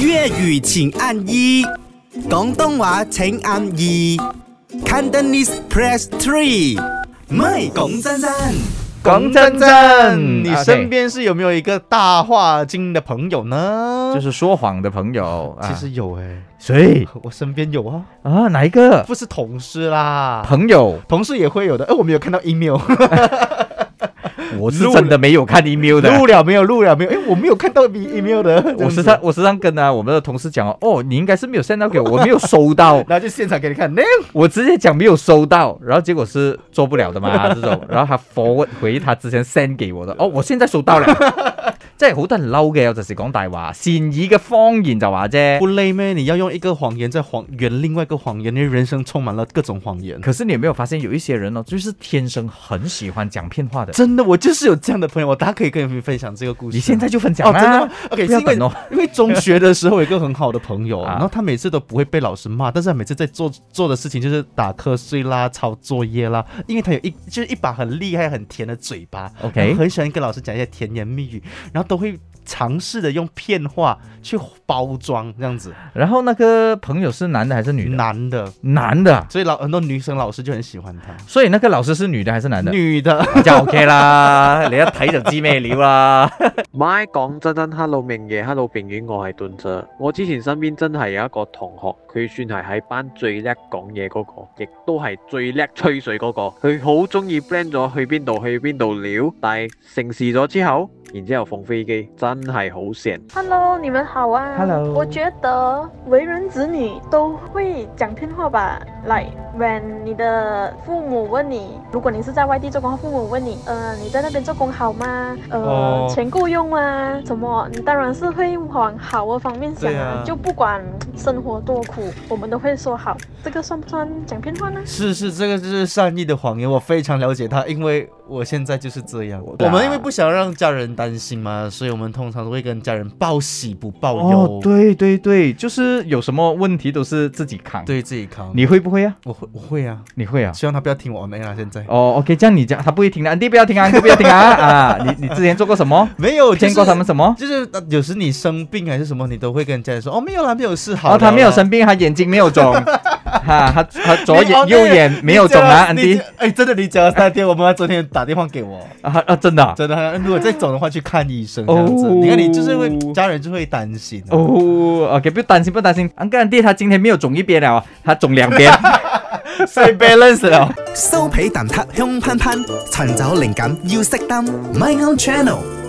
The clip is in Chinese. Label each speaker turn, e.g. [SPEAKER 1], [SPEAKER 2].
[SPEAKER 1] 粤语请按一，广东话请按二，Cantonese press three。唔係講真真，
[SPEAKER 2] 讲真啊
[SPEAKER 3] 真
[SPEAKER 2] 真，你
[SPEAKER 3] OK
[SPEAKER 2] 身边是有没有一个大话精的朋友呢？
[SPEAKER 3] 就是说谎的朋友啊。
[SPEAKER 2] 其实有哎、
[SPEAKER 3] 谁
[SPEAKER 2] 我身边有啊，
[SPEAKER 3] 啊？哪一个
[SPEAKER 2] 不是同事啦，
[SPEAKER 3] 朋友？
[SPEAKER 2] 同事也会有的。哎、我们有看到 email，
[SPEAKER 3] 我是真的没有看 email 的。
[SPEAKER 2] 录了没有？录了没有？哎、我没有看到 email 的，这样子，
[SPEAKER 3] 我时常我时常跟啊我们的同事讲哦哦，你应该是没有 send 到给我，我没有收到
[SPEAKER 2] 然后就现场给你看，那
[SPEAKER 3] 我直接讲没有收到，然后结果是做不了的嘛这种，然后他 forward 回他之前 send 给我的，哦，我現在收到啦，真係好多人嬲嘅，有陣時講大話，善意嘅方言就話啫
[SPEAKER 2] 不。累咩？你要用一个谎言在谎圆另外一个谎言，你人生充满了各种谎言。
[SPEAKER 3] 可是你有没有发现有一些人呢、哦就是天生很喜欢讲骗话的？
[SPEAKER 2] 真的，我就是有这样的朋友，我大家可以跟你们分享这个故事。
[SPEAKER 3] 你现在就分享
[SPEAKER 2] 哦，
[SPEAKER 3] 啦、
[SPEAKER 2] 真的吗？OK，
[SPEAKER 3] 不
[SPEAKER 2] 是
[SPEAKER 3] 要
[SPEAKER 2] 因为
[SPEAKER 3] 等哦。
[SPEAKER 2] 因为中学的时候有一个很好的朋友，
[SPEAKER 3] 啊
[SPEAKER 2] 然后他每次都不会被老师骂，但是他每次在做做的事情就是打瞌睡啦、抄作业啦，因为他有一就是一把很厉害、很甜的嘴巴
[SPEAKER 3] OK
[SPEAKER 2] 然后很喜欢跟老师讲一些甜言蜜语，然后都会尝试的用骗话去包装这样子，
[SPEAKER 3] 然后那个朋友是男的还是女的？
[SPEAKER 2] 男的，
[SPEAKER 3] 男的啊，
[SPEAKER 2] 所以老很多女生老师就很喜欢他，
[SPEAKER 3] 所以那个老师是女的还是男的？
[SPEAKER 2] 女的。
[SPEAKER 3] 就 OK 啦， 你一睇就知咩 料啦。
[SPEAKER 4] 咪講真真，Hello 明夜，Hello 明月，我係段 Sir。我之前身邊真係有一個同學，佢算係喺班最叻講嘢嗰個，亦都係最叻吹水嗰個。佢好中意 plan 咗去邊度去邊度料，但係成事咗之後，然之後放飛機，真係好成。
[SPEAKER 5] Hello，你们好啊。
[SPEAKER 3] Hello
[SPEAKER 5] 我觉得为人子女都会讲骗话吧。Like when 你的父母问你，如果你是在外地做工，父母问你，呃，你在那边做工好吗？呃
[SPEAKER 2] 哦
[SPEAKER 5] 钱够用吗？什么？你当然是会往好的方面想
[SPEAKER 2] 对啊
[SPEAKER 5] 就不管生活多苦，我们都会说好。这个算不算讲骗话呢？
[SPEAKER 2] 是是，这个就是善意的谎言，我非常了解他，因为我现在就是这样。我们因为不想让家人担心嘛，所以我们通常都会跟家人报喜不报忧，
[SPEAKER 3] 哦对对对，就是有什么问题都是自己扛。，
[SPEAKER 2] 对自己扛。
[SPEAKER 3] 你会不会啊？
[SPEAKER 2] 我会我会啊，
[SPEAKER 3] 你会啊？
[SPEAKER 2] 希望他不要听我 on air 啦，现在。
[SPEAKER 3] 哦，OK，这样你讲他不会听的，安迪不要听啊，安迪不要 听啊啊！你你之前做过什么？
[SPEAKER 2] 没有，
[SPEAKER 3] 骗过他们什么？
[SPEAKER 2] 就是呃有时你生病还是什么，你都会跟家人说哦，没有啦，没有事，好了
[SPEAKER 3] 哦，
[SPEAKER 2] 啦。
[SPEAKER 3] 他没有生病，他眼睛没 有肿，哈，他他左
[SPEAKER 2] 你 on
[SPEAKER 3] 眼
[SPEAKER 2] air，
[SPEAKER 3] 右眼没有肿啊，安
[SPEAKER 2] 你
[SPEAKER 3] 迪
[SPEAKER 2] 讲哎，真的，你讲了三天，我妈昨天打电话给我，
[SPEAKER 3] 啊啊，真的啊
[SPEAKER 2] 真的，她如果再肿的话去看医生这样子。
[SPEAKER 3] 哦
[SPEAKER 2] 你看你就是会家人就会担心啊。
[SPEAKER 3] 哦，OK，不担心不担心，安哥安迪他今天没有肿一边了，他肿两边，所以 balance 了。
[SPEAKER 1] 酥皮蛋撻香噴噴，尋找靈感要熄燈，My Own Channel